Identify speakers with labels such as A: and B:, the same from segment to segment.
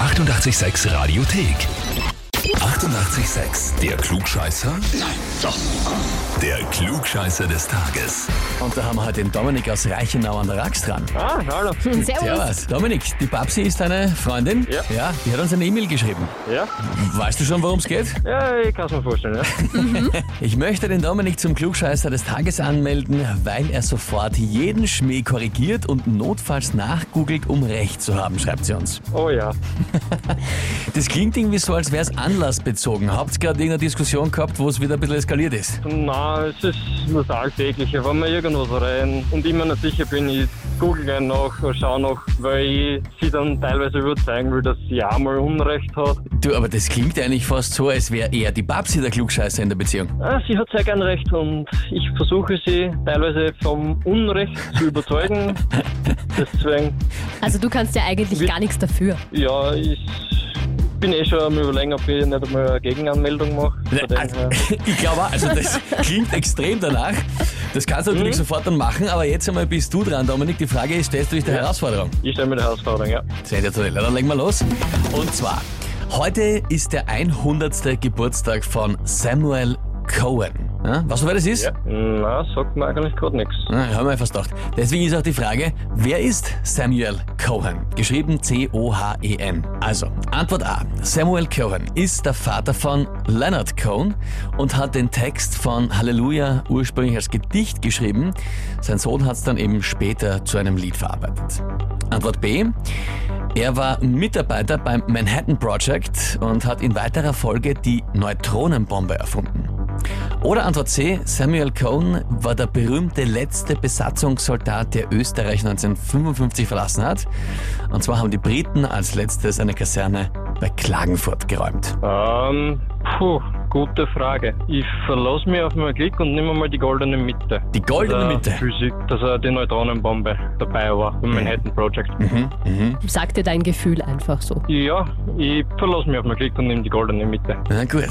A: 886 Radiothek. 88,6. Der Klugscheißer? Nein, doch. Der Klugscheißer des Tages.
B: Und da haben wir heute den Dominik aus Reichenau an der Rax dran.
C: Ah, hallo.
D: Hm,
B: Servus. Dominik, die Babsi ist deine Freundin.
C: Ja.
B: die hat uns eine E-Mail geschrieben.
C: Ja?
B: Weißt du schon, worum es geht?
C: Ja, ich kann es mir vorstellen, ja.
B: Ich möchte den Dominik zum Klugscheißer des Tages anmelden, weil er sofort jeden Schmäh korrigiert und notfalls nachgoogelt, um Recht zu haben, schreibt sie uns.
C: Oh ja.
B: Das klingt irgendwie so, als wäre es anlassbezogen. Habt ihr gerade irgendeine Diskussion gehabt, wo es wieder ein bisschen eskaliert ist?
C: Na, es ist nur das Alltägliche. Wenn wir irgendwas rein und immer nicht sicher bin, ich google gern nach, schaue nach, weil ich sie dann teilweise überzeugen will, dass sie auch mal Unrecht hat.
B: Du, aber das klingt eigentlich fast so, als wäre eher die Babsi der Klugscheißer in der Beziehung.
C: Ah, sie hat sehr gern Recht und ich versuche sie teilweise vom Unrecht zu überzeugen. Deswegen,
D: Also du kannst ja eigentlich gar nichts dafür.
C: ja, ich bin eh schon am überlegen, ob ich nicht einmal eine Gegenanmeldung mache. Von dem
B: Also,
C: her-
B: ich glaube, auch, also das klingt extrem danach. Das kannst du natürlich sofort dann machen, aber jetzt einmal bist du dran, Dominik. Die Frage ist, stellst du dich der Herausforderung?
C: Ich stelle mir die Herausforderung, ja.
B: Sensationell. Na, Dann legen wir los. Und zwar, heute ist der 100. Geburtstag von Samuel Cohen. Ja, weißt du, wer das ist?
C: ja. Na, sagt mir eigentlich gerade nichts.
B: Na, haben wir fast gedacht. Deswegen ist auch die Frage, wer ist Samuel Cohen? Geschrieben C-O-H-E-N. Also, Antwort A. Samuel Cohen ist der Vater von Leonard Cohen und hat den Text von Halleluja ursprünglich als Gedicht geschrieben. Sein Sohn hat es dann eben später zu einem Lied verarbeitet. Antwort B. Er war Mitarbeiter beim Manhattan Project und hat in weiterer Folge die Neutronenbombe erfunden. Oder Antwort C, Samuel Cohn war der berühmte letzte Besatzungssoldat, der Österreich 1955 verlassen hat. Und zwar haben die Briten als letztes eine Kaserne bei Klagenfurt geräumt.
C: Ähm, puh, gute Frage. Ich verlasse mich auf mein Glück und nehme mal die goldene Mitte.
B: Die goldene
C: Der
B: Mitte. Mhm.
C: Physik, dass er die Neutronenbombe dabei war beim Manhattan Project.
D: Sag dir dein Gefühl einfach so.
C: Ja, ich verlasse mich auf mein Glück und nehme die goldene Mitte.
B: Na gut,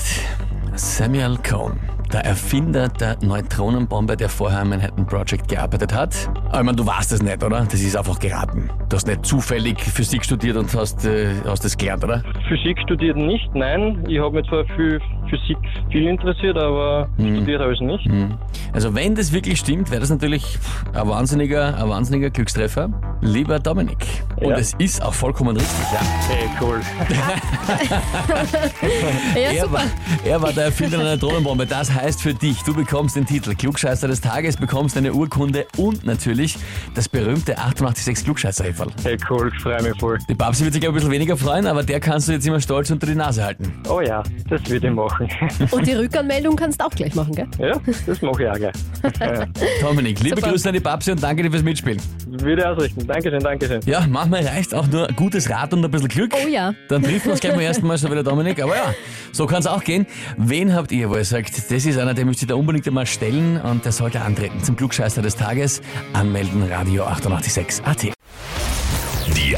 B: Samuel Cohn, der Erfinder der Neutronenbombe, der vorher am Manhattan Project gearbeitet hat. Aber ich meine, du warst es nicht, oder? Das ist einfach geraten. Du hast nicht zufällig Physik studiert und hast, äh, hast das gelernt, oder?
C: Physik studiert nicht, nein. Ich habe mich zwar für Physik viel interessiert, aber studiert habe ich es nicht.
B: Mhm. Also wenn das wirklich stimmt, wäre das natürlich ein wahnsinniger, ein wahnsinniger Glückstreffer. Lieber Dominik. Und
C: Ja.
B: es ist auch vollkommen richtig. Ja.
C: Hey, cool.
D: Ja,
B: Er,
D: super.
B: war, er war der Erfinder einer Drohnenbombe. Das heißt für dich, du bekommst den Titel Klugscheißer des Tages, bekommst eine Urkunde und natürlich das berühmte 886 klugscheißer -Häferl.
C: Hey, cool, freue mich voll.
B: Die Babsi wird sich glaub ich, ein bisschen weniger freuen, aber der kannst du jetzt immer stolz unter die Nase halten.
C: Oh ja, das würde ich machen.
D: Und die Rückanmeldung kannst du auch gleich machen, gell?
C: ja, das mache ich auch gleich. Ja,
B: Dominik, liebe
D: Super.
B: Grüße an die Babsi und danke dir fürs Mitspielen.
C: würde ich ausrichten. Dankeschön, Dankeschön.
B: Ja, manchmal reicht auch nur gutes Rat und ein bisschen Glück.
D: Oh ja.
B: Dann trifft man uns gleich beim ersten Mal schon wieder, Dominik. Aber ja, so kann es auch gehen. Wen habt ihr, wo ihr sagt, das ist einer, der müsst ihr da unbedingt einmal stellen und der sollte antreten zum Klugscheißer des Tages? Anmelden, Radio 886 AT.
A: Die